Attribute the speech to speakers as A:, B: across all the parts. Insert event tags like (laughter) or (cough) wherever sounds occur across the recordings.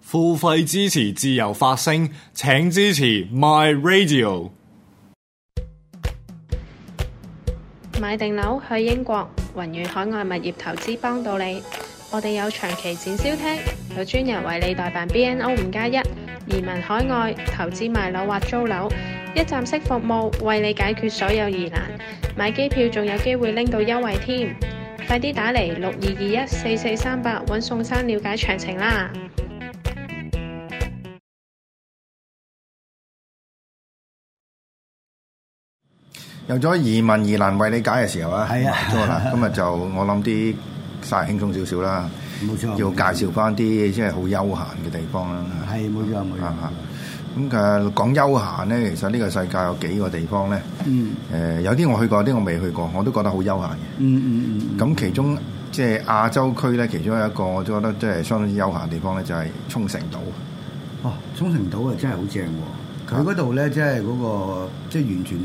A: 付費支持自由發聲，請支持 My Radio。
B: 買定樓去英國，宏遠海外物業投資幫到你。我哋有長期展銷廳，有專人為你代辦 BNO 五加一移民海外投資賣樓或租樓，一站式服務為你解決所有疑難。買機票仲有機會拎到優惠添，快啲打嚟六二二一四四三八揾宋生了解詳情啦！
C: 有咗疑問疑難為你解嘅時候啊，
D: 係啊
C: 咁
D: (laughs)
C: 啦，今日就我諗啲晒輕鬆少少啦，
D: 冇錯
C: 要介紹翻啲即係好休閒嘅地方啦。
D: 係冇錯
C: 啊
D: 冇錯
C: 啊，咁誒講休閒咧，其實呢個世界有幾個地方咧，誒、
D: 嗯
C: 有啲我去過，有啲我未去過，我都覺得好休閒嘅。
D: 嗯嗯嗯，
C: 咁其中即係亞洲區咧，其中有一個我都覺得即係相當之休閒嘅地方咧，就係、沖繩島。
D: 哦，沖繩島啊真係好正喎！佢嗰度咧，即係嗰個即係完全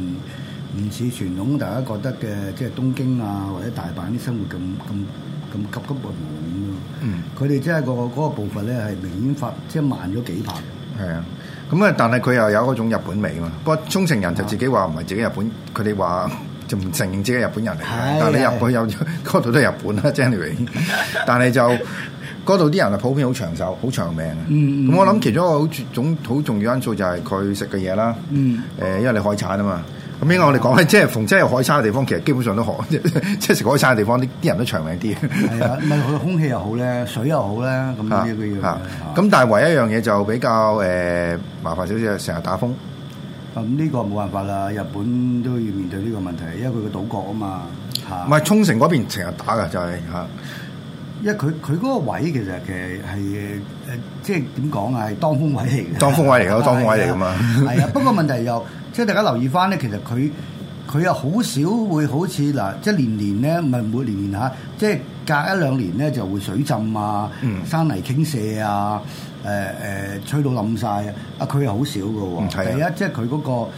D: 唔似傳統大家覺得嘅，即係東京啊或者大阪啲生活咁咁咁急急忙忙咁咯。
C: 嗯，
D: 佢哋真係個嗰個步伐咧係明顯發即係慢咗幾拍。
C: 係啊，咁啊，但係佢又有嗰種日本味嘛。不過沖繩人就自己話唔係自己日本，佢哋話 (laughs) 就唔承認自己係日本人嚟嘅
D: 係。
C: 但係你
D: 係
C: 入去有 (laughs) 嗰度都係日本啦，anyway。但
D: (laughs)
C: 係就嗰度啲人啊，普遍好長壽、好長命啊。
D: 嗯嗯
C: 咁我諗其中一個好重好重要因素就係佢食嘅嘢啦。
D: 嗯
C: 誒，因為你海產啊嘛。咁應該我哋講咧，即係逢真係有海產嘅地方，其實基本上都海， (laughs) 即係食海產嘅地方，啲啲人都長命啲。
D: 係
C: (laughs)
D: 啊，唔係佢空氣又好咧，水又好咧，咁嗯呢啲佢要啊
C: 嚇咁但係唯一一樣嘢就比較誒麻煩少少，成日打風。
D: 咁呢個冇辦法啦，日本都要面對呢個問題，因為佢個島國啊嘛嚇
C: 唔。係沖繩嗰邊成日打㗎，就係、啊嚇，
D: 因為佢佢嗰個位其實其實係誒，即係點講啊，係當風位嚟嘅，
C: 當風位嚟
D: (laughs)
C: 嘅當風位嚟㗎嘛
D: 係啊，不過問題又即係大家留意翻咧，其實佢佢又好少會好似嗱，即係年年咧，唔係每年年嚇，即係隔一兩年咧就會水浸啊
C: 嗯、
D: 山泥傾瀉啊、誒、誒吹到冧晒啊，啊佢又好少
C: 嗯
D: 嘅
C: 係
D: 喎。
C: 啊
D: 第一即係佢嗰個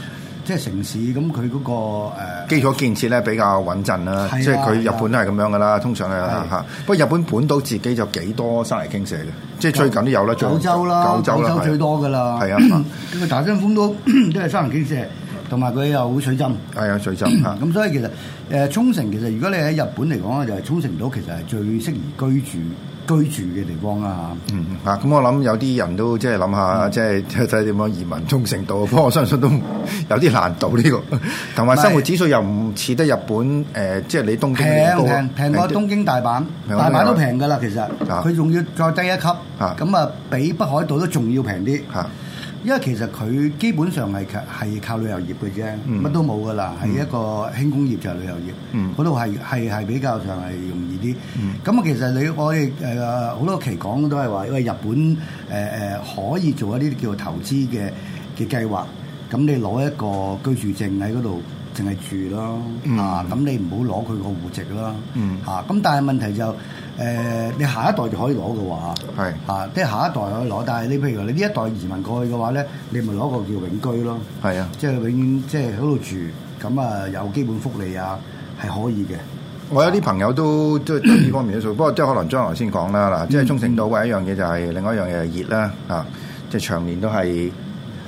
D: 即係城市咁，佢嗰個呃誒
C: 基礎建設咧比較穩陣啦，
D: 係啊
C: 即係佢
D: 係
C: 日
D: 啊
C: 本都係咁樣噶啦，通常係
D: 係
C: 嚇。不過日本本島自己就幾多山泥傾瀉嘅，即係最近都有啦，最
D: 九州啦，
C: 九州啦，係
D: 最多噶啦。
C: 係啊
D: (clears throat) 咁佢打真風都 (clears throat) 都係山泥傾瀉，同埋佢又好水浸。
C: 係啊，最浸
D: (clears throat)
C: 嚇。
D: 咁所以其實誒沖繩其實如果你喺日本嚟講咧，就係沖繩島其實係最適宜居住居住嘅地方啦嚇。
C: 嗯啊，咁我諗有啲人都即係諗
D: 嗯
C: 下，即係睇睇點樣移民沖繩島，不過我 (laughs) 相信都有啲難度呢個，同埋生活指數又唔似得日本誒，即係你東京嗰
D: 平
C: 個
D: 平平過東京大阪，
C: 平過東
D: 大
C: 京
D: 阪都平噶啦，其實
C: 啊
D: 佢仲要再低一級，
C: 啊
D: 咁啊比北海道都仲要平啲。
C: 嚇。
D: 因為其實佢基本上係係靠旅遊業嘅啫，乜、
C: 嗯
D: 都冇噶啦，係一個輕工業就係旅遊
C: 嗯
D: 業，嗰度係係係比較上係容易啲。咁啊、其實你我哋誒好多期講都係話，因為日本誒誒、呃可以做一啲叫做投資嘅嘅計劃，咁你攞一個居住證喺嗰度。淨係住咯，
C: 嗯
D: 啊咁你唔好攞佢個戶籍啦，
C: 嗯
D: 啊咁但係問題就誒、呃你下一代就可以攞嘅話，
C: 係
D: 啊，即係下一代可以攞，但係你譬如話你呢一代移民過去嘅話咧，你咪攞個叫永居咯，
C: 係啊。
D: 即係永遠即係喺度住，咁啊有基本福利啊，係可以嘅。
C: 我有啲朋友都 (coughs) 即係對呢方面嘅數，不過即係可能將來先講啦。嗱，即係沖繩島唯一一樣嘢就係另外一樣嘢係熱啦，啊，即係長年都係即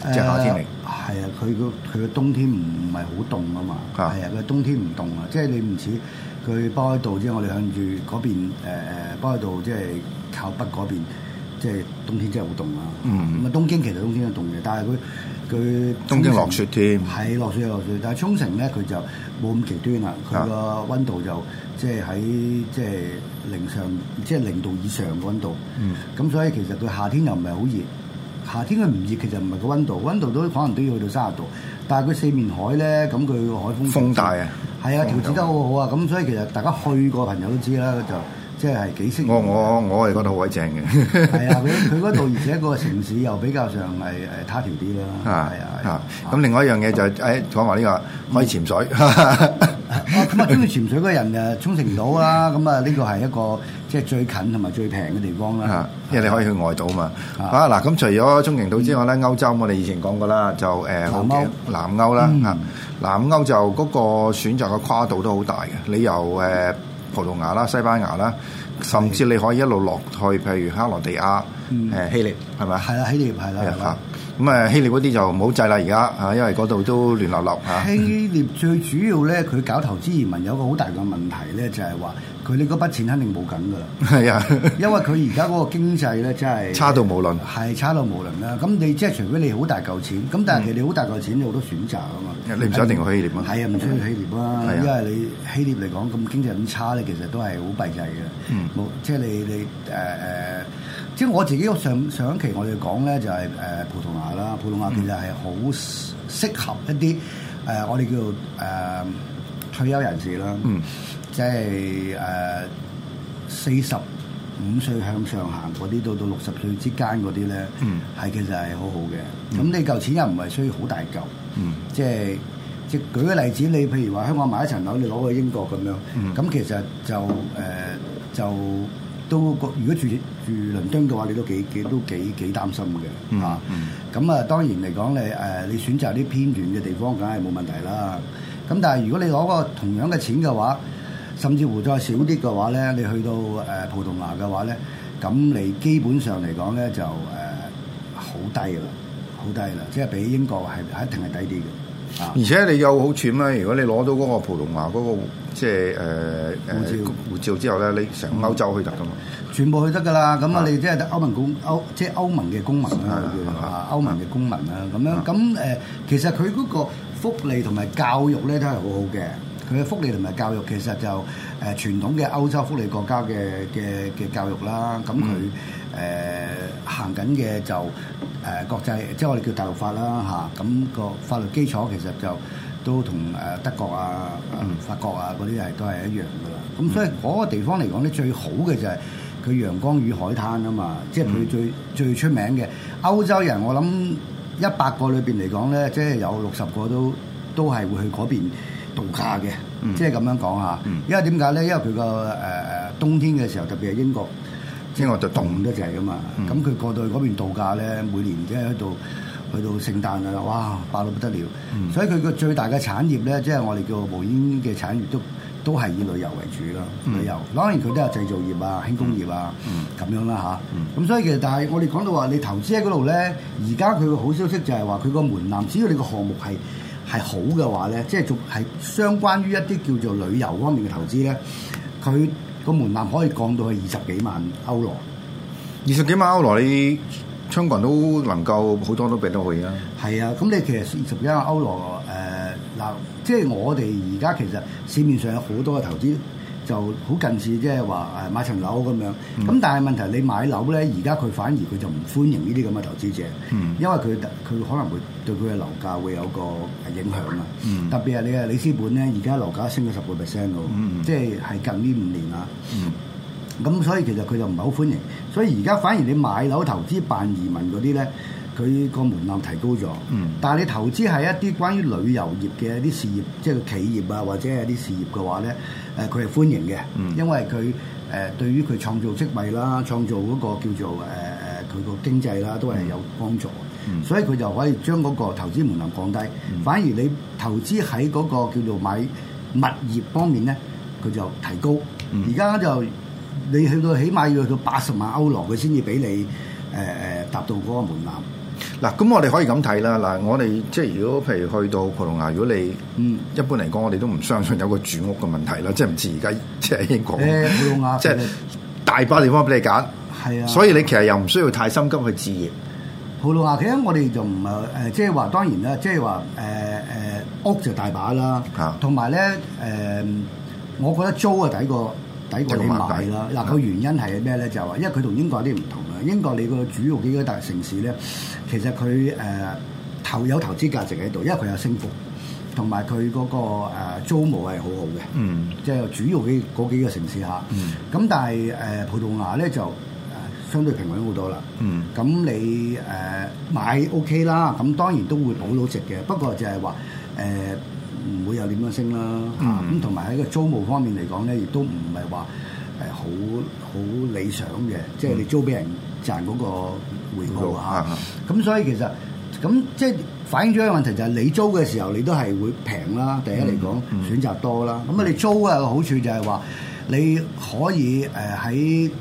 C: 係夏天嚟
D: 誒。係啊，佢個佢個冬天唔唔係好凍啊嘛，
C: 嚇
D: 係啊，佢冬天唔凍啊，即係你唔似佢北海道，即係我哋向住嗰邊誒誒北海道，即係靠北嗰邊，即係冬天真係好凍啊。
C: 嗯
D: 咁啊，東京其實冬天都凍嘅，但係佢佢
C: 東京落雪添
D: 係落雪落雪，但係沖繩咧佢就冇咁極端啦，
C: 啊
D: 佢個温度就即係喺即係零上，即係零度以上嘅温度。
C: 嗯
D: 咁所以其實佢夏天又唔係好熱，夏天佢唔熱其實唔係個温度，温度都可能都要去到三十度，但係佢四面海咧，咁佢個海風
C: 風大啊
D: 係啊，
C: 風
D: 調節得好好啊，咁所以其實大家去過朋友都知啦，就即係幾適宜
C: 我我我係覺得好鬼正
D: (laughs)
C: 嘅。
D: 係啊，佢佢嗰度而且個城市又比較上係誒他條啲啦，係
C: 啊
D: 啊係
C: 啊
D: 啊！
C: 咁另外一樣嘢就係誒講埋呢個可以潛水， (laughs)
D: 哦咁啊，中意潛水嘅人誒，沖繩島啦，咁啊，呢個係一個即係最近同埋最平嘅地方啦
C: 啊。因為你可以去外島嘛。
D: 啊
C: 啊嗱，咁除咗中型島之外咧，歐洲我哋以前講過啦，就誒好
D: 南
C: 嘅
D: 歐
C: 南歐啦
D: 嗯
C: 啊，南歐就嗰個選擇嘅跨度都好大嘅，你由誒葡萄牙啦、西班牙啦，甚至你可以一路落去，譬如克羅地亞、誒希臘，係咪啊？
D: 係啦，希臘係啦，係
C: 係啊
D: 啦。
C: 咁誒希臘嗰啲就唔好制啦，而家啊，因為嗰度都亂流流嚇。
D: 希臘最主要咧，佢搞投資移民有個好大嘅問題咧，就係話佢哋嗰筆錢肯定冇緊㗎啦，
C: (laughs) 係啊，
D: 因為佢而家嗰個經濟咧真係
C: 差到無論。
D: 係差到無論啦。咁你即係除非你好大嚿錢，咁但係其實你好大嚿錢有好多選擇啊嘛。
C: 你唔想一定要去希臘啊？
D: 係啊，唔需要希臘啦
C: 係，啊
D: 因為你希臘嚟講咁經濟咁差咧，其實都係好閉滯嘅。
C: 嗯
D: 冇即係你你誒誒，即係我自己上上一期我哋講咧就係誒葡萄牙啦，葡萄牙其
C: 嗯
D: 實係好適合一啲誒、呃我哋叫做誒、呃退休人士啦，
C: 嗯
D: 即係誒四十。五歲向上行嗰啲到到六十歲之間嗰啲咧，係、
C: 嗯
D: 其實係好好嘅。咁、你嚿錢又唔係需要好大嚿，
C: 嗯
D: 即係即係舉個例子，你譬如話香港買一層樓，你攞去英國咁樣，咁、
C: 嗯
D: 其實就誒、呃就都個如果住住倫敦嘅話，你都幾幾都幾幾擔心嘅
C: 嗯
D: 嚇。
C: 嗯
D: 咁啊，當然嚟講，你誒、呃你選擇啲偏遠嘅地方，梗係冇問題啦。咁但係如果你攞個同樣嘅錢嘅話，甚至乎再少啲嘅話咧，你去到誒、呃葡萄牙嘅話咧，咁你基本上嚟講咧就誒呃好、低啦，好低啦，即係比英國係一定係低啲嘅啊
C: 而。且你有好處咩？如果你攞到嗰個葡萄牙嗰、個即係誒誒
D: 護照嗯
C: 護照之後咧，你成歐洲去得噶嘛？
D: 全部去得㗎啦，咁
C: 啊
D: 啊你即係歐盟公歐即係歐盟嘅公民啦，
C: 啊
D: 叫
C: 啊
D: 啊歐盟嘅公民啦，咁樣
C: 啊
D: 咁誒，其實佢嗰個福利同埋教育咧都係好好嘅，佢嘅福利同埋教育其實就誒傳統嘅歐洲福利國家嘅嘅嘅教育啦，咁佢誒行緊嘅就誒國際即係我哋叫大陸法啦嚇，咁個法律基礎其實就。都同誒德國啊、法國啊嗰啲係都係一樣噶啦。咁所以嗰個地方嚟講咧，最好嘅就係佢陽光與海灘啊嘛，即係佢最、最出名嘅歐洲人。我諗一百個裏邊嚟講咧，即係有六十個都都係會去嗰邊度假嘅，即係咁樣講嚇。因為點解咧？因為佢個誒誒冬天嘅時候，特別係英國。
C: 英國就
D: 凍
C: 凍
D: 得滯噶嘛。咁佢、過到去嗰邊度假咧，每年即係喺度去到聖誕啊，哇，爆到不得了。所以佢個最大嘅產業咧，即係我哋叫無煙嘅產業都。都係以旅遊為主啦，旅遊當然佢都有製造業啊、輕工業啊咁、樣啦吓，咁、所以其實但係我哋講到話你投資喺嗰度咧，而家佢個好消息就係話佢個門檻，只要你個項目係係好嘅話咧，即係做係相關於一啲叫做旅遊方面嘅投資咧，佢個門檻可以降到去二十幾萬歐羅。
C: 二十幾萬歐羅，你香港人都能夠好多都俾得去啊！
D: 係啊，咁你其實二十一個歐羅誒嗱、即係我哋而家其實市面上有好多嘅投資就好近似，即係話呃誒買層樓咁樣。咁、
C: 嗯
D: 但係問題你買樓咧，而家佢反而佢就唔歡迎呢啲咁嘅投資者，
C: 嗯
D: 因為佢佢可能會對佢嘅樓價會有個影響啊。
C: 嗯
D: 特別係你嘅里斯本咧，而家樓價升咗十個 percent 咯，
C: 嗯嗯
D: 即係係近呢五年啊。
C: 嗯
D: 咁所以其實佢就唔係好歡迎，所以而家反而你買樓投資辦移民嗰啲咧，佢個門檻提高咗。
C: 嗯
D: 但係你投資係一啲關於旅遊業嘅一啲事業，即係企業啊或者係一啲事業嘅話咧，誒佢係歡迎嘅，
C: 嗯
D: 因為佢誒、呃、對於佢創造職位啦、創造嗰個叫做誒誒佢個經濟啦，都係有幫助。
C: 嗯
D: 所以佢就可以將嗰個投資門檻降低，反而你投資喺嗰個叫做買物業方面咧，佢就提高。
C: 嗯
D: 而家、就你去到起碼要去到八十萬歐羅，佢先至俾你誒誒、呃達到嗰個門檻。
C: 嗱，咁我哋可以咁睇啦。嗱，我哋即係如果譬如去到葡萄牙，如果你
D: 嗯，
C: 一般嚟講，我哋都唔相信有個住屋嘅問題啦，即係唔似而家即係英國，
D: 嗯誒、啊葡萄牙
C: 哦即係
D: 其實
C: 大把地方俾你揀，
D: 係啊，
C: 所以你其實又唔需要太心急去置業。
D: 葡萄牙其實我哋就唔係誒，即係話當然啦，即係話誒誒屋就大把啦
C: 啊，
D: 同埋咧誒，我覺得租啊抵過抵過你
C: 抵過
D: 買
C: 買
D: 啦。
C: 啊
D: 嗱個原因係咩咧？就係話因為佢同英國有啲唔同啦。英國你個主要幾個大城市咧，其實佢誒投有投資價值喺度，因為佢有升幅。同埋佢嗰個誒租務係好好嘅。
C: 嗯，
D: 即係主要嘅嗰幾個城市嚇。咁、但係誒、呃葡萄牙咧就誒呃相對平穩好多啦。
C: 嗯
D: 咁你誒、呃、買 OK 啦，咁當然都會保到值嘅，不過就係話誒。唔會有點樣升啦，
C: 嗯
D: 啊咁同埋喺個租務方面嚟講咧，亦都唔係話誒好好理想嘅，即係你租俾人賺嗰個回報
C: 嗯回報啊
D: 嚇。咁所以其實咁即係反映咗一個問題就係你租嘅時候你都係會平啦，第一嚟講選擇多啦。咁啊你租嘅好處就係話你可以誒呃喺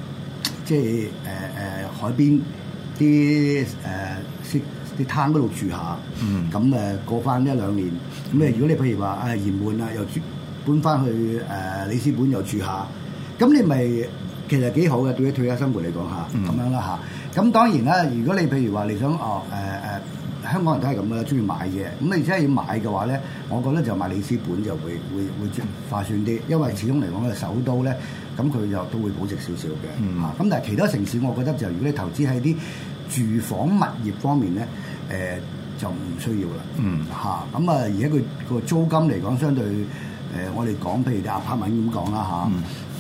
D: 即係誒誒海邊啲誒呃啲啲攤嗰度住下，咁誒、過翻一兩年，咁誒如果你譬如話啊嫌悶啦，又住搬翻去誒、里斯本又住下，咁你咪其實幾好嘅對於退休生活嚟講嚇，咁、樣啦嚇。咁當然啦，如果你譬如話你想哦誒誒。香港人都係咁噶啦，中意買嘢。咁你真係要買嘅話咧，我覺得就買里斯本就會會會划算啲，因為始終嚟講嘅首都咧，咁佢又都會保值少少嘅嚇。咁、但係其他城市，我覺得就如果你投資喺啲住房物業方面咧，誒、就唔需要啦。
C: 嗯
D: 嚇咁啊，而家佢個租金嚟講，相對誒、我哋講譬如你 apartment 咁講啦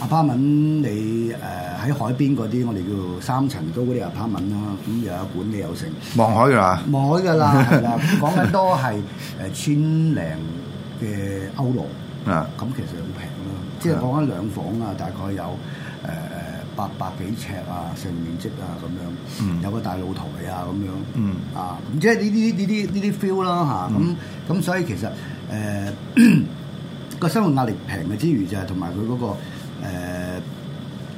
D: 嚇，apartment 你誒喺海邊嗰啲，我哋叫三層高嗰啲 apartment 啦，咁又有管理有成。
C: 望海㗎啦，
D: 冇㗎啦，係啦，講緊都係誒千零嘅歐羅，
C: 啊，
D: 咁其實好平啦，即係講緊兩房啊，大概有誒誒八百幾尺啊，成面積啊咁樣，有個大露台啊咁樣，
C: 嗯
D: 啊，咁即係呢啲呢啲呢啲 feel 啦嚇，咁咁、所以其實誒。呃 (clears throat) 個生活壓力平嘅之餘就係同埋佢嗰個、呃、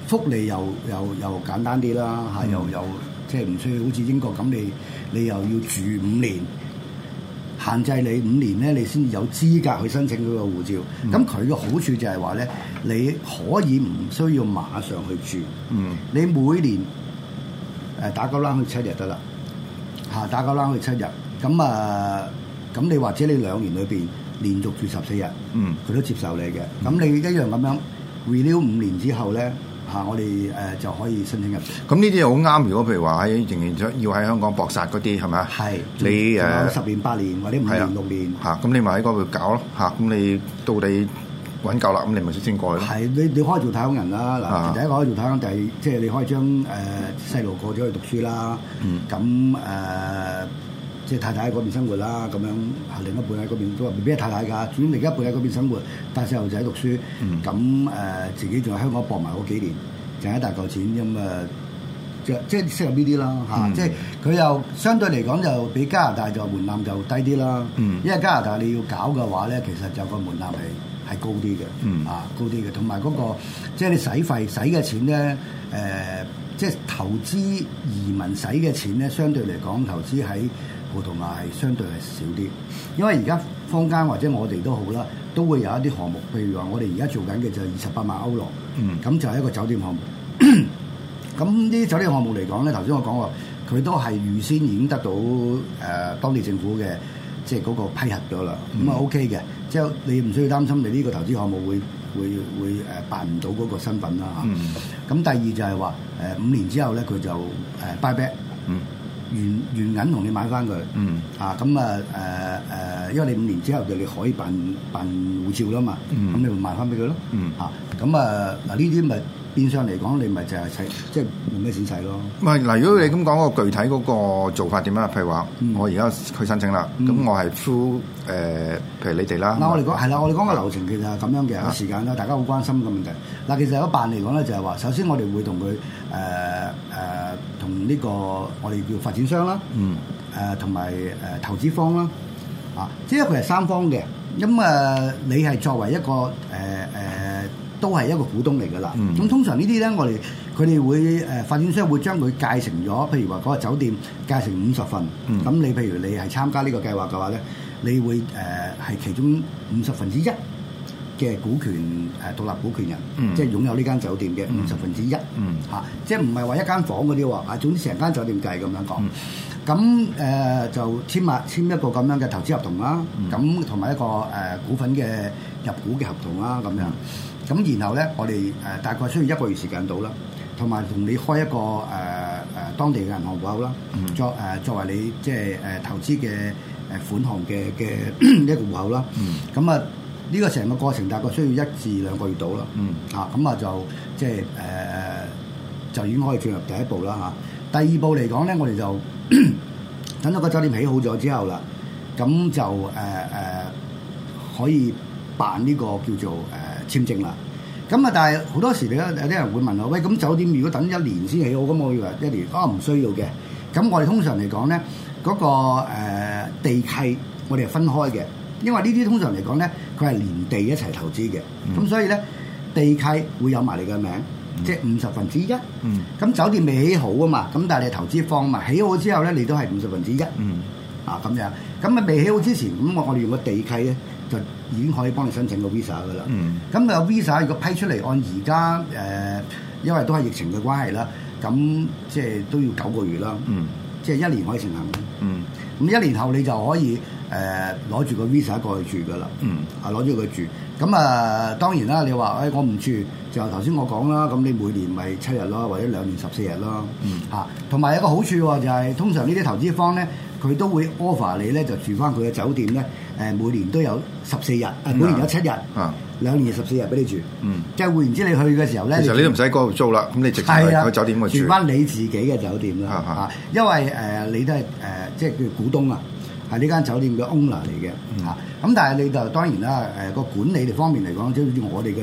D: 福利又又又簡單啲啦嚇，又又即係唔需要好似英國咁你你又要住五年，限制你五年咧，你先至有資格去申請佢個護照。
C: 嗯
D: 咁佢嘅好處就係話咧，你可以唔需要馬上去住，
C: 嗯
D: 你每年誒、呃打個 round 去七日得啦。嚇打個 round 去七日，咁啊咁你或者你兩年裏邊連續住十四日，
C: 嗯
D: 佢都接受你嘅。咁你一樣咁樣 renew 五年之後咧嚇，我哋誒就可以申請入籍。
C: 咁呢啲又好啱。如果譬如話喺仍然想要喺香港搏殺嗰啲係咪啊？
D: 係
C: 你
D: 仲有
C: 誒
D: 十年八年或者五
C: 係啊
D: 年六年，
C: 嚇，咁你咪喺嗰度搞咯嚇。咁你到你揾夠啦，咁你咪先過去咯。
D: 係你你可以做太空人啦
C: 啊
D: 嗱，第一個可以做太空人，第二即係你可以將誒細路過咗去讀書啦，
C: 嗯
D: 咁誒。即係太太喺嗰邊生活啦，咁樣係另一半喺嗰邊都話未必係太太㗎，主要另一半喺嗰邊生活，帶細路仔讀書，
C: 嗯
D: 咁誒、呃自己仲喺香港搏埋嗰幾年，賺一大嚿錢咁誒。即即係適合呢啲啦嚇，
C: 嗯
D: 即係佢又相對嚟講就比加拿大就門檻就低啲啦，
C: 嗯
D: 因為加拿大你要搞嘅話咧，其實就個門檻係係高啲嘅，
C: 嗯
D: 啊高啲嘅，同埋嗰個即係你使費使嘅錢咧，誒、即係投資移民使嘅錢咧，相對嚟講投資喺葡萄牙係相對係少啲，因為而家坊間或者我哋都好啦，都會有一啲項目，譬如話我哋而家做緊嘅就係二十八萬歐羅，
C: 嗯
D: 咁就係一個酒店項目。咁呢啲酒店項目嚟講咧，頭先我講過，佢都係預先已經得到誒、呃、當地政府嘅即係嗰個批核咗啦，咁
C: 嗯
D: 啊 OK 嘅，即係你唔需要擔心你呢個投資項目會會會誒辦唔到嗰個身份啦嚇。
C: 嗯
D: 咁、第二就係話誒五年之後咧，佢就誒 buy back
C: 嗯
D: 原原銀同你買翻佢。
C: 嗯
D: 啊，咁啊誒誒，因為你五年之後就你可以辦辦護照啦嘛，咁、
C: 嗯
D: 你咪賣翻俾佢咯，
C: 嗯
D: 啊，咁啊嗱呢啲咪變相嚟講，你咪就係使即係冇咩錢使咯，
C: 唔係嗱，如果你咁講個具體嗰個做法點啊？譬如話，
D: 嗯
C: 我而家去申請啦，咁、
D: 嗯
C: 我係 through 誒、譬如你哋啦。
D: 嗱，我哋講係啦，我哋講個流程其實係咁樣
C: 嗯
D: 嘅，有啊時間啦，大家好關心嘅問題。嗱，其實有一辦嚟講咧，就係話，首先我哋會同佢誒誒同呢個我哋叫發展商啦，
C: 嗯，
D: 誒呃同埋誒投資方啦，啊，即係佢係三方嘅。咁誒，你係作為一個誒誒。都係一個股東嚟㗎啦，
C: 嗯
D: 咁、通常呢啲咧，我哋佢哋會誒、發展商會將佢界成咗，譬如話嗰個酒店界成五十份，咁、
C: 嗯
D: 你譬如你係參加呢個計劃嘅話咧，你會誒係、其中五十分之一嘅股權誒、呃獨立股權人，
C: 嗯
D: 即係擁有呢間酒店嘅五十分之一，嚇、
C: 嗯
D: 即係唔係話一間房嗰啲喎，啊，總之成間酒店計咁樣講。
C: 嗯
D: 咁誒、就簽埋簽一個咁樣嘅投資合同啦，咁同埋一個誒、股份嘅入股嘅合同啦，咁樣。呃咁然後咧，我哋誒、大概需要一個月時間到啦，同埋同你開一個誒誒、呃當地嘅銀行戶口啦，作誒作為你即係誒投資嘅誒呃款項嘅嘅 (clears throat) 一個戶口啦。咁啊，呢個成個過程大概需要一至兩個月到啦。
C: 嗯
D: 啊，咁啊就即係呃誒就已經可以進入第一步啦嚇。第二步嚟講咧，我哋就 (clears throat) 等到個酒店起好咗之後啦，咁就誒誒、可以辦呢個叫做誒、呃簽證啦。咁啊，但係好多時你有啲人會問我，喂，咁酒店如果等一年先起好，咁我以為一年啊唔需要嘅。咁我哋通常嚟講咧，嗰、個、呃、地契我哋係分開嘅，因為呢啲通常嚟講咧，佢係連地一齊投資嘅，咁、所以咧地契會有埋你嘅名，即係五十分之一。
C: 嗯
D: 咁酒店未起好啊嘛，咁但係你投資方嘛，起好之後咧，你都係五十分之一
C: 嗯
D: 啊咁樣。咁啊未起好之前，咁我我哋用個地契咧，就已經可以幫你申請個 visa 噶啦。
C: 嗯
D: 咁有 visa 如果批出嚟，按而家誒，因為都係疫情嘅關係啦，咁即係都要九個月啦，
C: 嗯
D: 即係一年可以成行。
C: 嗯
D: 咁一年後你就可以誒攞住個 visa 過去住噶啦。
C: 嗯
D: 啊攞咗佢住。咁啊，當然啦，你話誒、哎我唔住，就頭先我講啦，咁你每年咪七日咯，或者兩年十四日咯，
C: 嗯
D: 嚇、同埋有一個好處喎，就係、通常呢啲投資方咧，佢都會 offer 你咧就住翻佢嘅酒店咧，誒、呃每年都有十四日，啊每年有七日，
C: 啊
D: 兩年十四日俾你住，
C: 嗯
D: 即係換言之，你去嘅時候咧，
C: 其實你都唔使嗰度租啦，咁你直接去
D: 係啊
C: 去酒店嗰度住。
D: 翻你自己嘅酒店啦，
C: 啊啊
D: 啊因為誒、呃你都係誒、呃即係叫股東啊，係呢間酒店嘅 owner 嚟嘅嚇。啊咁、但係你就當然啦，誒、個管理方面嚟講，即係好似我哋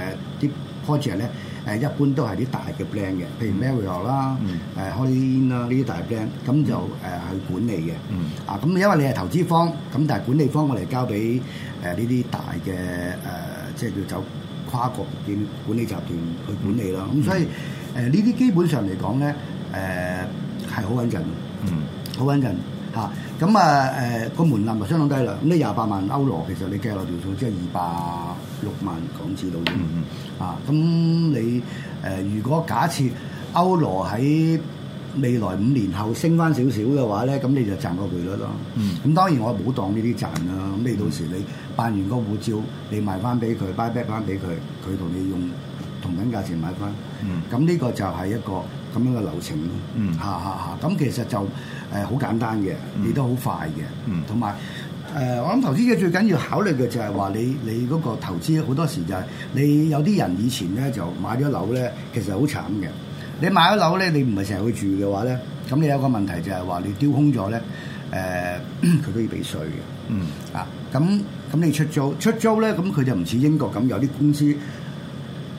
D: 嘅誒啲 project 咧，誒、一般都係啲大嘅 plan 嘅，譬如 Marriott 啦、
C: 嗯
D: 誒 Holiday Inn 啦呢啲大 plan，咁就誒呃去管理嘅。
C: 嗯
D: 啊，咁因為你係投資方，咁但係管理方我哋交俾誒呢啲大嘅誒、呃即係叫走跨國嘅管理集團去管理啦。咁、所以
C: 嗯
D: 誒呢啲基本上嚟講咧，誒呃係好穩陣嘅。
C: 嗯
D: 好穩陣嚇。咁啊誒個門檻就相當低啦。咁你廿八萬歐羅其實你計落條數即係二百六萬港紙到嘅。
C: 嗯
D: 啊，咁你誒、呃如果假設歐羅喺未來五年後升翻少少嘅話咧，咁你就賺個匯率咯。
C: 嗯
D: 咁、當然我冇當呢啲賺啦。咁你到時你辦完個護照，你賣翻俾佢，buy back 翻俾佢，佢同你用同等價錢買翻。
C: 嗯
D: 咁呢個就係一個咁樣嘅流程咯。
C: 嗯
D: 嚇嚇嚇！咁其實就誒好、簡單嘅，亦都好快嘅
C: 嗯，
D: 同埋誒我諗投資者最緊要考慮嘅就係話你你嗰個投資好多時就係、你有啲人以前咧就買咗樓咧，其實好慘嘅。你買咗樓咧，你唔係成日去住嘅話咧，咁你有個問題就係話你丟空咗咧，誒、佢都要俾稅嘅。
C: 嗯
D: 啊，咁咁你出租出租咧，咁佢就唔似英國咁有啲公司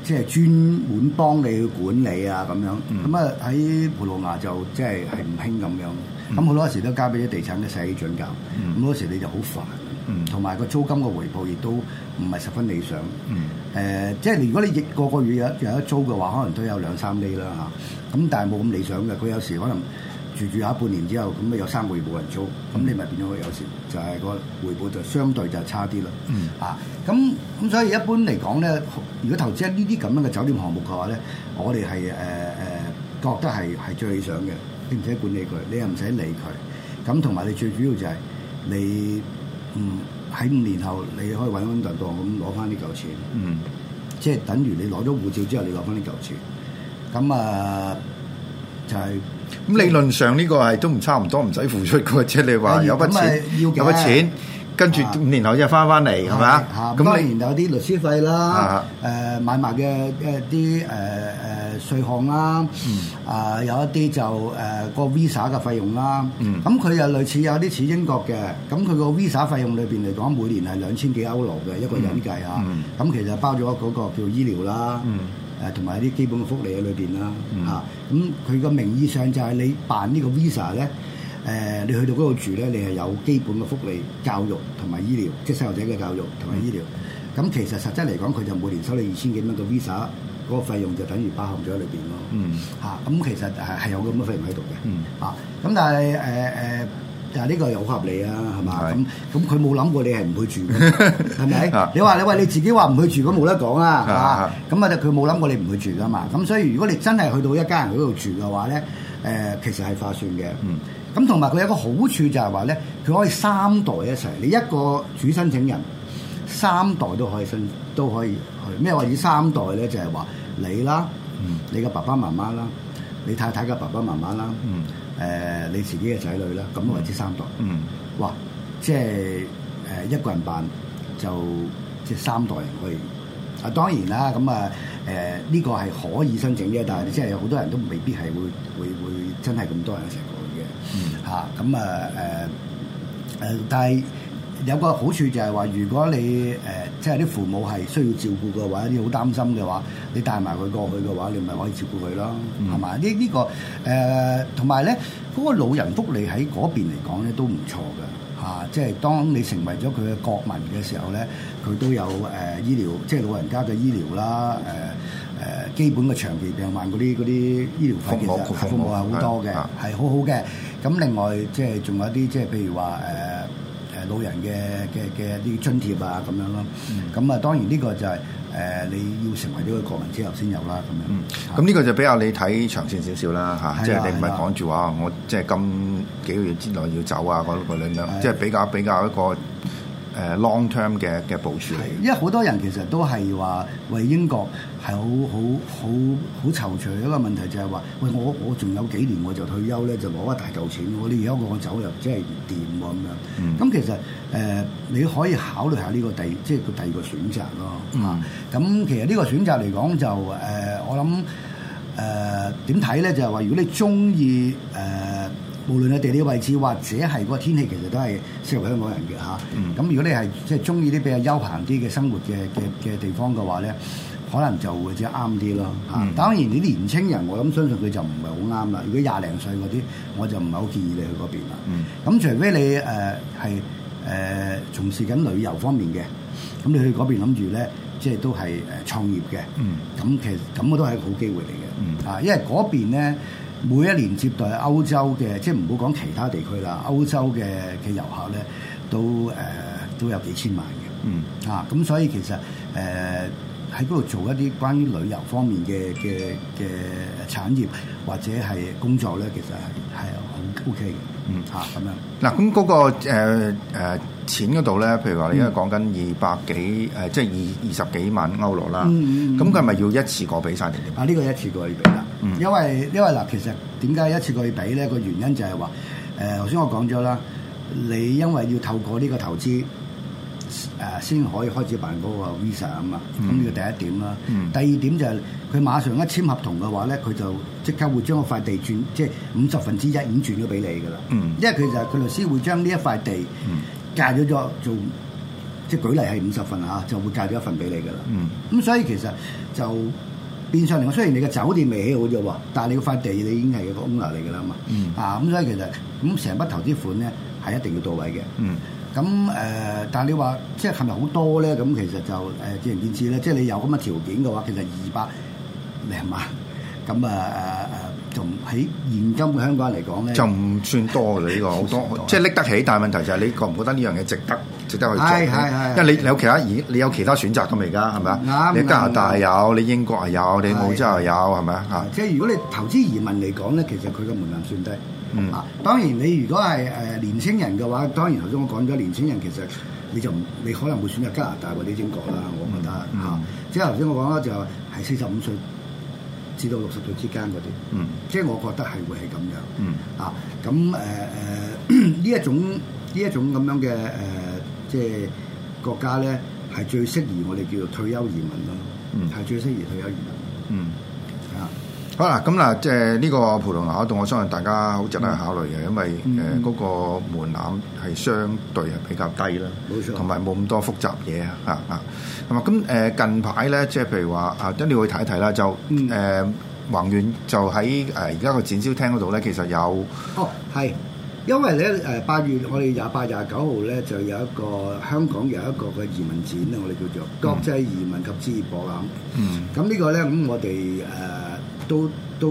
D: 即係專門幫你去管理啊咁樣。
C: 嗯
D: 咁啊喺葡萄牙就即係係唔興咁樣。咁好多時都交俾啲地產嘅社準教，咁好多時你就好
C: 嗯
D: 煩，同埋個租金嘅回報亦都唔係十分理想。
C: 嗯
D: 誒、即係如果你亦個個月有有得租嘅話，可能都有兩三厘啦嚇。咁但係冇咁理想嘅，佢有時可能住住下半年之後，咁咪有三個月冇人租，咁你咪變咗有時就係個回報就相對就差啲啦。
C: 嗯
D: 啊，咁咁所以一般嚟講咧，如果投資呢啲咁樣嘅酒店項目嘅話咧，我哋係誒誒覺得係係最理想嘅，你唔使管理佢，你又唔使理佢，咁同埋你最主要就係你嗯喺五年後你可以穩穩當當咁攞翻呢嚿錢。
C: 嗯
D: 即係等於你攞咗護照之後，你攞翻呢嚿錢。咁啊，就係、
C: 咁理論上呢個係都唔差唔多，唔使付出嘅，即係你話
D: 係
C: 有筆
D: 咁咪
C: 錢，
D: 要
C: 有
D: 嘅
C: 筆錢，跟住
D: 啊
C: 五年後即係翻翻嚟，係咪啊
D: 嚇？咁當
C: 咁你
D: 然有啲律師費啦
C: 啊，
D: 誒、買賣嘅誒啲誒誒稅項啦，
C: 嗯
D: 啊、有一啲就誒、個 visa 嘅費用啦。
C: 嗯
D: 咁佢又類似有啲似英國嘅，咁佢個 visa 費用裏邊嚟講，每年係兩千幾歐羅嘅一個人計啊。
C: 嗯
D: 咁、其實包咗嗰個叫醫療啦。
C: 嗯
D: 誒同埋一啲基本嘅福利喺裏邊啦嚇。咁佢個名義上就係你辦呢個 visa 咧，誒、你去到嗰度住咧，你係有基本嘅福利、教育同埋醫療，即係細路仔嘅教育同埋醫療。
C: 嗯
D: 咁、其實實質嚟講，佢就每年收你二千幾蚊嘅 visa 嗰個費用，就等於包含咗喺裏邊咯。
C: 嗯
D: 嚇，咁其實係係有咁嘅費用喺度
C: 嗯
D: 嘅。啊，咁但係誒誒，但係呢個又好合理啊，係嘛？
C: 係
D: 咁咁佢冇諗過你係唔去
C: (laughs)
D: 住嘅，係咪
C: 啊？
D: 你話你喂你自己話唔去住，咁冇得講啊，係嘛
C: 啊？嗯
D: 咁啊，佢冇諗過你唔去住噶嘛。咁所以如果你真係去到一家人嗰度住嘅話咧，誒、其實係划算嘅。
C: 嗯。
D: 咁同埋佢有一個好處就係話咧，佢可以三代一齊，你一個主申請人三代都可以申都
C: 嗯
D: 可以去。咩話以三代咧？就係、話你啦，你嘅爸爸媽媽啦，誒、你太太嘅爸爸媽媽啦，誒、
C: 嗯
D: 你自己嘅仔女啦，咁為之三代。
C: 嗯
D: 哇！即係誒、一個人辦就即係三代人去。啊，當然啦，咁啊誒呢個係可以申請嘅，但係即係有好多人都未必係會會會真係咁多人一齊去嘅嚇。咁啊誒誒，呃但係。有個好處就係話，如果你誒、呃即係啲父母係需要照顧嘅話，啲好擔心嘅話，你帶埋佢過去嘅話，你咪可以照顧佢咯，
C: 嗯
D: 係嘛、呢呢、個誒，呃同埋咧，嗰、個老人福利喺嗰邊嚟講咧都唔錯嘅嚇、即係當你成為咗佢嘅國民嘅時候咧，佢都有誒、呃醫療，即係老人家嘅醫療啦，誒、誒基本嘅長期病患嗰啲嗰啲醫療費其
C: 服務
D: 實
C: 服務
D: 服務係好多嘅，
C: 啊
D: 係好好嘅。咁另外即係仲有一啲即係譬如話誒。誒老人嘅嘅嘅啲津貼啊咁樣咯，咁啊、當然呢個就係、誒、你要成為呢個國民之後先有啦咁樣。
C: 咁呢個就比較你睇長線少少啦
D: 係
C: 嚇，
D: 啊
C: 即係你唔係
D: 係啊
C: 講住話我即係今幾個月之內要走啊嗰嗰兩
D: 係
C: 樣，即係比較比較一個誒 long term 嘅嘅部署嚟嘅。
D: 因為好多人其實都係話為英國係好好好好躊躇一個問題就係話，喂我我仲有幾年我就退休咧，就攞一大嚿錢，我你而家我走又真係唔掂喎咁樣。咁、其實誒、呃你可以考慮下呢個第即係個第二個選擇咯。啊
C: 嗯
D: 咁、其實呢個選擇嚟講就誒、呃我諗誒呃點睇咧，就係話如果你中意誒。呃無論係地理位置或者係個天氣，其實都係適合香港人嘅嚇。咁、如果你係即係中意啲比較休閒啲嘅生活嘅嘅嘅地方嘅話咧，可能就會即係啱啲咯嚇。當然你年青人，我諗相信佢就唔係好啱啦。如果廿零歲嗰啲，我就唔係好建議你去嗰邊啦。咁、除非你誒呃係誒從事緊旅遊方面嘅，咁你去嗰邊諗住咧，即係都係誒創業嘅。
C: 嗯
D: 咁其實咁我都係一個好機會嚟嘅。
C: 嗯
D: 啊，因為嗰邊咧每一年接待歐洲嘅，即係唔好講其他地區啦，歐洲嘅嘅遊客咧都誒、呃都有幾千萬嘅。
C: 嗯
D: 啊，咁所以其實誒呃喺嗰度做一啲關於旅遊方面嘅嘅嘅產業或者係工作咧，其實係係好 OK 嘅。
C: 嗯
D: 嚇咁樣
C: 嗱，咁嗰、個誒、呃呃、錢嗰度咧，譬如話
D: 嗯
C: 你而家講緊二百幾誒，即係二二十幾萬歐羅啦。
D: 嗯嗯嗯
C: 咁佢係咪要一次過俾晒定點？
D: 啊，呢、個一次過去俾啦，
C: 嗯
D: 因為因為嗱，其實點解一次過去俾咧？個原因就係話呃誒，頭、先我講咗啦，你因為要透過呢個投資。誒先可以開始辦嗰個 visa 啊嘛，咁呢個第一點啦。
C: 嗯
D: 第二點就係佢馬上一簽合同嘅話咧，佢就即刻會將嗰塊地轉，即係五十分之一已經轉咗俾你噶啦。
C: 嗯
D: 因為佢就係佢律師會將呢一塊地界咗咗做，即係舉例係五十份嚇，就會界咗一份俾你噶啦。
C: 嗯
D: 咁所以其實就變相嚟講，雖然你嘅酒店未起好啫喎，但係你嗰塊地你已經係一個 owner 嚟㗎啦嘛。
C: 嗯
D: 啊，咁所以其實咁成筆投資款咧係一定要到位嘅。
C: 嗯
D: 咁誒、呃但係你話即係係咪好多咧？咁其實就誒、呃見仁見智啦。即係你有咁嘅條件嘅話，其實二百零萬咁啊誒誒，仲喺現今嘅香港人嚟講咧，
C: 就唔算多嘅呢、個好
D: 唔算
C: 多
D: 多，
C: 即係拎得起，但係問題就係你覺唔覺得呢樣嘢值得值得去做？
D: 係係係
C: 因為你你有其他而你有其他選擇㗎嘛？而家係咪啊？
D: 啱
C: 你加拿大
D: 啱
C: 有，你英國又有，你
D: 係
C: 澳洲又有，係咪啊？
D: 即係如果你投資移民嚟講咧，其實佢個門檻算低。
C: 嗯
D: 啊，當然你如果係誒、呃年青人嘅話，當然頭先我講咗年青人其實你就唔你可能會選擇加拿大或者英國啦，我覺得嚇、
C: 嗯
D: 啊即係頭先我講啦，就係四十五歲至到六十歲之間嗰啲，
C: 嗯
D: 即係我覺得係會係咁樣。
C: 嗯
D: 啊，咁誒誒 (coughs) 呢一種呢一種咁樣嘅誒、呃即係國家咧，係最適宜我哋叫做退休移民咯，
C: 嗯
D: 係、最適宜退休移民
C: 嗯。
D: 啊。
C: 好啦，咁嗱，即係呢個葡萄牙嗰度，我相信大家好值得去考慮嘅，因為誒嗰個門檻係相對係比較低啦，
D: 冇錯
C: 同埋冇咁多複雜嘢啊啊啊，咁啊咁誒近排咧，即係譬如話啊，一定要去睇一睇啦，就
D: 嗯
C: 誒宏遠就喺誒而家個展銷廳嗰度咧，其實有
D: 哦，係，因為咧誒八月我哋廿八廿九號咧就有一個香港有一個嘅移民展啊咧，我哋叫做國際移民及置業博覽。
C: 嗯
D: 咁呢個咧，咁我哋誒、呃都都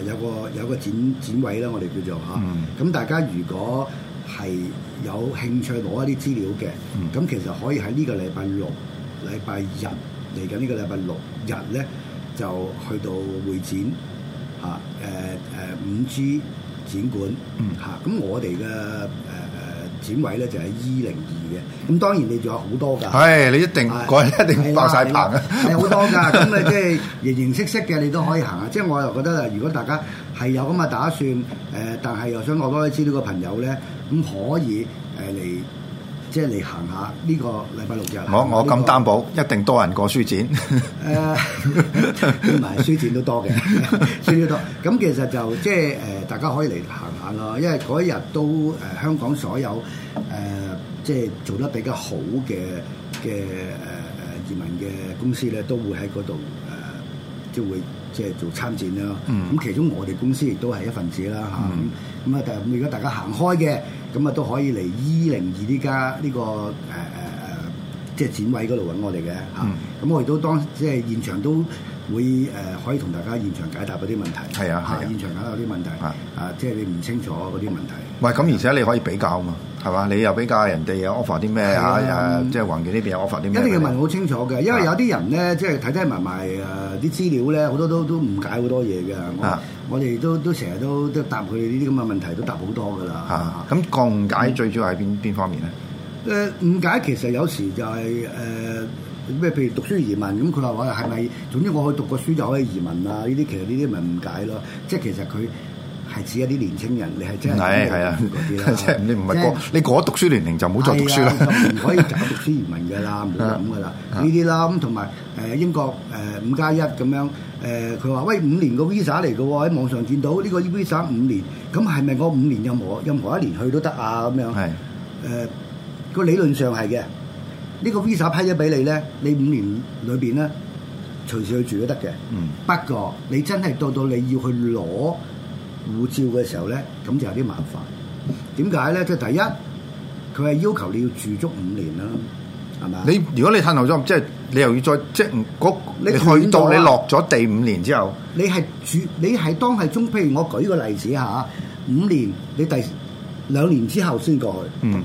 D: 誒有個有個展展位啦，我哋叫做嚇。
C: 嗯
D: 咁、大家如果係有興趣攞一啲資料嘅，
C: 嗯
D: 咁、其實可以喺呢個禮拜六、禮拜日嚟緊呢個禮拜六日咧，就去到會展嚇呃誒誒五 G 展館
C: 嗯
D: 嚇。咁、我哋嘅誒誒呃展位咧就係 E 零二嘅。咁當然你仲有好多㗎。
C: 係你一定嗰日一定爆晒棚啊！
D: 係好
C: (laughs)
D: 多㗎，咁你即係形形色色嘅你都可以行啊！即係我又覺得啊，如果大家係有咁嘅打算，誒、但係又想攞多啲資料嘅朋友咧，咁可以誒嚟、即係嚟行下呢個禮拜六日。
C: 我我
D: 行下
C: 咁
D: 呢個
C: 擔保，一定多人過書展。
D: 誒，唔係書展都多嘅， (laughs) 書展都多。咁其實就即係誒，大家可以嚟行下咯，因為嗰一日都誒、香港所有誒、即係做得比較好嘅嘅誒誒移民嘅公司咧，都會喺嗰度誒，即係會即係做參展啦。咁、
C: 嗯
D: 其中我哋公司亦都係一份子啦嚇。
C: 嗯
D: 咁咁啊，但係如果大家行開嘅，咁啊都可以嚟 E 零二呢家呢個誒誒誒。即係展位嗰度揾我哋嘅嚇。
C: 嗯
D: 咁、我亦都當即係現場都會誒、呃可以同大家現場解答嗰啲問題。
C: 係啊係啊
D: 嚇現場解答嗰啲問題。
C: 啊
D: 啊，即係你唔清楚嗰啲問題。
C: 喂，咁而且你可以比較嘛，係嘛？你又比較人哋有 offer 啲咩
D: 係
C: 啊？
D: 啊
C: 誒，即係環境呢邊有 offer 啲
D: 一
C: 咩俾你？
D: 定要問好清楚嘅，因為
C: 啊
D: 有啲人咧，即係睇睇埋埋誒啲資料咧，好多都都誤解好多嘢嘅。
C: 啊
D: 我我哋都都成日都都答佢哋呢啲咁嘅問題，都答好多噶啦。
C: 啊！咁降
D: 嗯
C: 解最主要係邊邊方面咧？
D: 誒、誤解其實有時就係誒咩，譬如讀書移民咁，佢話我係咪？總之我去讀個書就可以移民啊？呢啲其實呢啲咪誤解咯，即係其實佢係指一啲年青人，你係真係 (laughs)
C: 係係啊，
D: 嗰啲啦
C: (laughs) 即係你唔係過你過咗讀書年齡就唔好再讀書
D: 係啊就唔
C: 啦。
D: 可以搞讀書移民嘅 (laughs) 啦，唔好咁嘅啦，呢啲啦，咁同埋誒英國誒五加一咁樣，誒佢話喂五年個 visa 嚟嘅喎，喺網上見到呢個 visa 五年，咁係咪我五年任何任何一年去都得啊？咁
C: (laughs)
D: 樣
C: 係
D: 誒個理論上係嘅，呢個 visa 批咗俾你咧，你五年裏邊咧隨時去住都得嘅。
C: 嗯
D: 不過你真係到到你要去攞護照嘅時候咧，咁就有啲麻煩。點解咧？即係第一，佢係要求你要住足五年啦，係咪啊？
C: 你如果你褪後咗，即係你又要再即係唔嗰你
D: 你
C: 去到
D: 斷咗啊
C: 你落咗地五年之後，
D: 你係住，你係當係中，譬如我舉個例子嚇，五年你第兩年之後先過去。
C: 嗯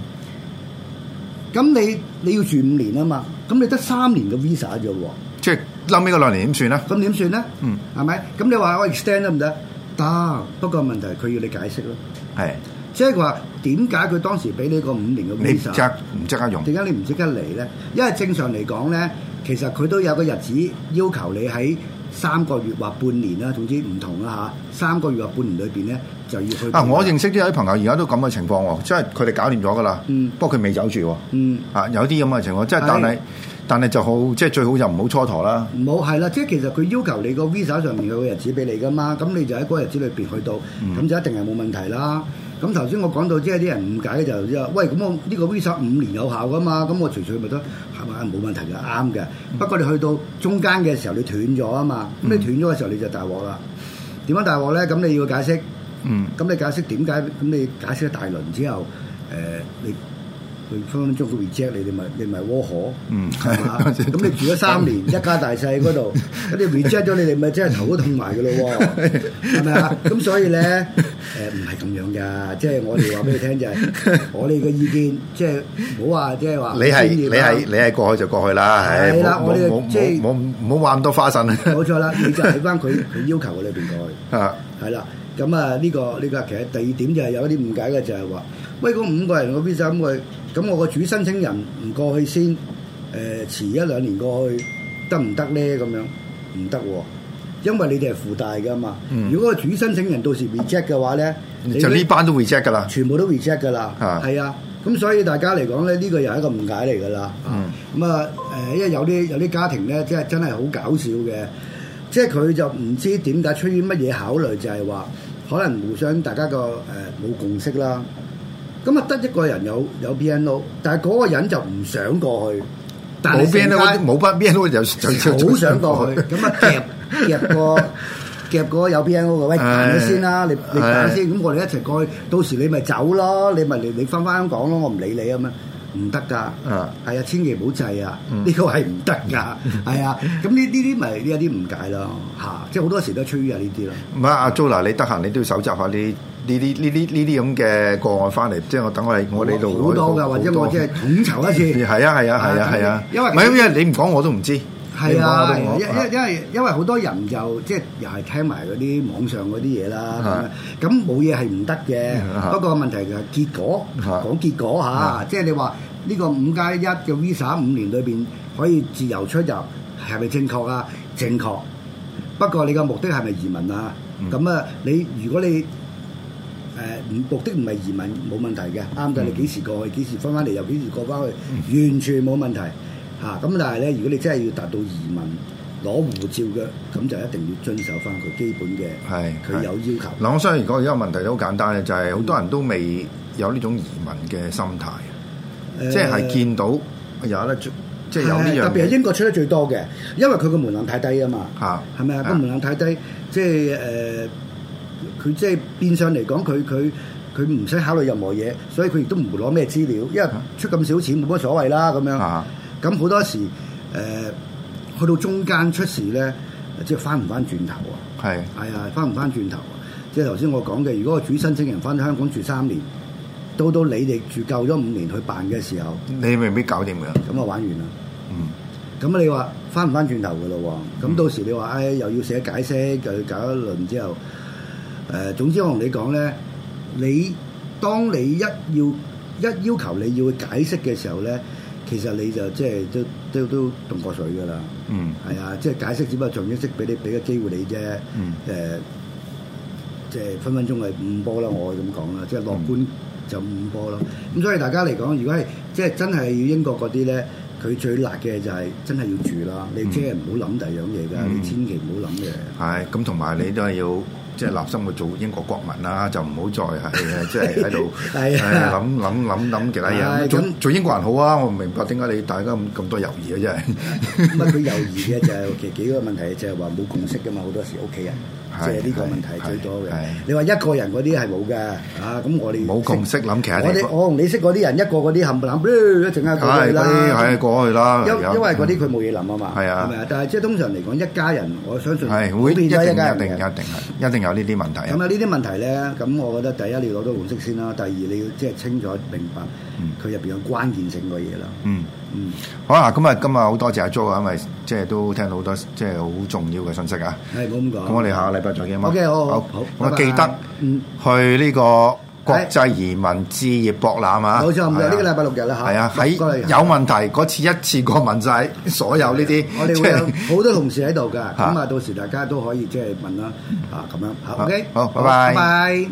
D: 咁你你要住五年啊嘛，咁你得三年嘅 visa 啫喎。
C: 即係後尾嗰兩年點算咧？
D: 咁點算咧？
C: 嗯，
D: 係咪？咁你話我 extend 得唔得？得，不過問題係佢要你解釋咯。
C: 係
D: 即係話點解佢當時俾你個五年嘅
C: 你
D: visa？
C: 即刻唔即刻用？
D: 點解你唔即刻嚟咧？因為正常嚟講咧，其實佢都有個日子要求你喺三個月或半年啦，總之唔同啦嚇。三個月或半年裏邊咧就要去。
C: 啊！我認識啲有啲朋友而家都咁嘅情況喎，即係佢哋搞掂咗㗎啦
D: 嗯，
C: 不過佢未走住喎。
D: 嗯。
C: 啊，有啲咁嘅情況，即係但係
D: 係
C: 但係就好，即係最好就唔好蹉跎啦。
D: 啊冇係啦，即係其實佢要求你個 visa 上面有個日子俾你噶嘛，咁你就喺嗰個日子裏邊去到，咁、就一定係冇問題啦。咁頭先我講到即係啲人誤解就即係，喂咁我呢個 visa 五年有效噶嘛，咁我隨隨咪得係咪冇問題嘅，啱嘅。不過你去到中間嘅時候你斷咗啊嘛，咁你斷咗嘅時候你就大鑊啦。點樣大鑊咧？咁你要解釋，
C: 嗯，
D: 咁你解釋點解？咁你解釋一大輪之後，誒、呃你佢分分鐘佢 reject 你，你咪你咪窩火。
C: 嗯
D: 係
C: (laughs)
D: 嘛咁你住咗三年，一家大細嗰度，咁你 reject 咗你哋，咪真係頭都痛埋嘅咯喎，係咪啊？咁所以咧，誒唔係咁樣㗎，即係我哋話俾你聽
C: (laughs)
D: 就係，我哋嘅意見即係唔好話即係話
C: 你係
D: 專
C: 你
D: 業啊
C: 係你係過去就過去啦，唉
D: 係啦
C: 冇
D: 我哋
C: 冇冇
D: 即係
C: 冇冇冇話咁多花神啊！
D: 冇錯啦，你就喺翻佢佢要求嘅裏邊過去。
C: (laughs) 啊，
D: 係啦，咁啊呢個呢個其實第二點就係有一啲誤解嘅，就係話，喂嗰五個人個 visa 咁佢，咁我個主申請人唔過去先，誒、遲一兩年過去得唔得咧？咁樣唔得喎，因為你哋係附帶噶嘛。
C: 嗯
D: 如果個主申請人到時 reject 嘅話咧，你
C: 就呢班都 reject 噶啦。
D: 全部都 reject 㗎啦，
C: 啊
D: 係啊，咁所以大家嚟講咧，呢個又係一個誤解嚟㗎啦。
C: 嗯
D: 咁啊誒，因為有啲有啲家庭咧，即係真係好搞笑嘅，即係佢就唔知點解出於乜嘢考慮，就係話可能互相大家個誒冇共識啦。咁啊，得一個人有有 BNO，但係嗰個人就唔想過去，但
C: 冇
D: 係
C: 邊
D: 成
C: 都
D: 家
C: 冇乜邊都就就就就
D: 好想過去，咁啊夾夾 (laughs) 個夾個有 BNO 嘅，喂彈咗先啦，你你
C: 唉
D: 彈先，咁我哋一齊過去，到時你咪走咯，你咪你你翻翻香港咯，我唔理你咁樣，唔得㗎，
C: 啊
D: 係啊，千祈唔好制啊，
C: 嗯
D: 呢個係唔得㗎，係啊，咁呢呢啲咪有啲誤解咯，嚇，即係好多時都出於有呢啲咯。
C: (laughs) 唔係阿 Jo 嗱，你得閒你都要搜集下呢呢啲呢啲呢啲咁嘅個案翻嚟，即係我等我哋我哋呢度
D: 好多㗎，
C: 好
D: (laughs) 或者我即係統籌一次。
C: (laughs) 係啊係啊係啊係啊，
D: 因為
C: 唔係因為你唔講我都唔知。
D: 係啊，
C: 你唔講我都唔講
D: 因因因為因為好多人就即係又係聽埋嗰啲網上嗰啲嘢啦，咁樣咁冇嘢係唔得嘅。
C: 啊
D: 不過問題就係結果，
C: 啊
D: 講結果嚇
C: 啊，
D: 即係你話呢個五加一嘅 Visa 五年裏邊可以自由出入係咪正確啊？正確。不過你個目的係咪移民啊？
C: 嗯
D: 咁啊，你如果你誒、唔目的唔係移民冇問題嘅，啱
C: 嗯
D: 嘅。你幾時過去，幾時翻翻嚟，又幾時過翻去，完全冇問題嚇。咁、但係咧，如果你真係要達到移民攞護照嘅，咁就一定要遵守翻佢基本嘅，
C: 係
D: 佢有要求。
C: 嗱，我相信而家而家問題都好簡單嘅，就係、好多人都未有呢種移民嘅心態，即係
D: 誒
C: 見到有得出即係有呢樣
D: 特別
C: 嘢
D: 係英國出得最多嘅，因為佢個門檻太低啊嘛。
C: 嚇，
D: 係咪啊？個門檻太低，即係誒，呃佢、即係變相嚟講，佢佢佢唔使考慮任何嘢，所以佢亦都唔會攞咩資料，因為出咁少錢冇乜所謂啦咁樣。
C: 啊
D: 咁好多時誒、呃去到中間出事咧，即係翻唔翻轉頭啊？
C: 係
D: 係啊，翻唔翻轉頭啊？即係頭先我講嘅，如果個主申請人翻香港住三年，到到你哋住夠咗五年去辦嘅時候，
C: 你未必搞掂㗎，
D: 咁啊玩完啦。
C: 嗯
D: 咁你話翻唔翻轉頭嘅咯喎？咁到時你話，唉、又要寫解釋，又要搞一輪之後，誒、總之我同你講咧，你當你一要一要求你要解釋嘅時候咧，其實你就即係都都都凍過水㗎啦，
C: 嗯
D: 係啊，即係解釋只不過象徵式俾你俾個機會你啫，誒、
C: 嗯
D: (laughs) 即係分分鐘係五波啦，我咁講啦，即係樂觀就五波啦。咁所以大家嚟講，如果係即係真係要英國嗰啲咧，佢最辣嘅就係真係要住啦。你即係唔好諗第二樣嘢㗎，
C: 嗯
D: 你千祈唔好
C: (laughs)
D: 諗嘅。
C: 係咁，同埋你都係要。即係立心去做英國國民啦，就唔好再係即係喺度誒
D: 係啊
C: 諗諗諗諗其他
D: 係
C: 嘢。做
D: 咁
C: 做英國人好啊，我唔明白點解你大家咁咁多猶豫嘅真係。
D: 咁啊，佢猶豫嘅就係其實幾個問題，就係話冇共識㗎嘛，好多時屋企人。即係
C: 係
D: 呢個問題最多嘅
C: 係係。
D: 你話一個人嗰啲係冇㗎，啊咁我哋
C: 冇共識諗其他地
D: 我哋
C: 方
D: 我同你識嗰啲人一個嗰啲冚唪唥，一陣間過去
C: 係嗰啲
D: 啦
C: 係。過去啦，
D: 因
C: 而家
D: 因為嗰啲佢冇嘢諗啊嘛，
C: 係啊
D: 係咪啊？但係即係通常嚟講，一家人我相信
C: 係
D: 普
C: 會一定
D: 遍
C: 一
D: 都
C: 定
D: 係
C: 一定一
D: 家人
C: 定
D: 嘅
C: 一定有呢啲問題
D: 咁啊，呢啲問題咧，咁我覺得第一你要攞到紅色先啦，第二你要即係清楚明白佢入邊有關鍵性嘅嘢啦。
C: 嗯，
D: 嗯，
C: 好啦，咁啊，今日好多謝阿 Jo 啊，因為即係都聽到好多即係好重要嘅信息啊。
D: 係冇咁講。
C: 咁我哋下個禮拜再見啊嘛。
D: OK，好好好
C: 咁
D: 拜
C: 啊，
D: 拜
C: 記得
D: 嗯
C: 去呢個國際移民置業博覽啊。
D: 冇錯，唔
C: 係
D: 係
C: 啊
D: 呢個禮拜六日啦嚇。
C: 係啊，喺
D: 過嚟
C: 有問題嗰次一次過問晒所有呢啲，
D: 我哋
C: 即
D: 會
C: 係
D: 有好多同事喺度㗎，咁啊
C: 嚇
D: 到時大家都可以即係問啦，啊咁樣。嚇
C: 好
D: OK，
C: 好拜拜
D: 拜拜。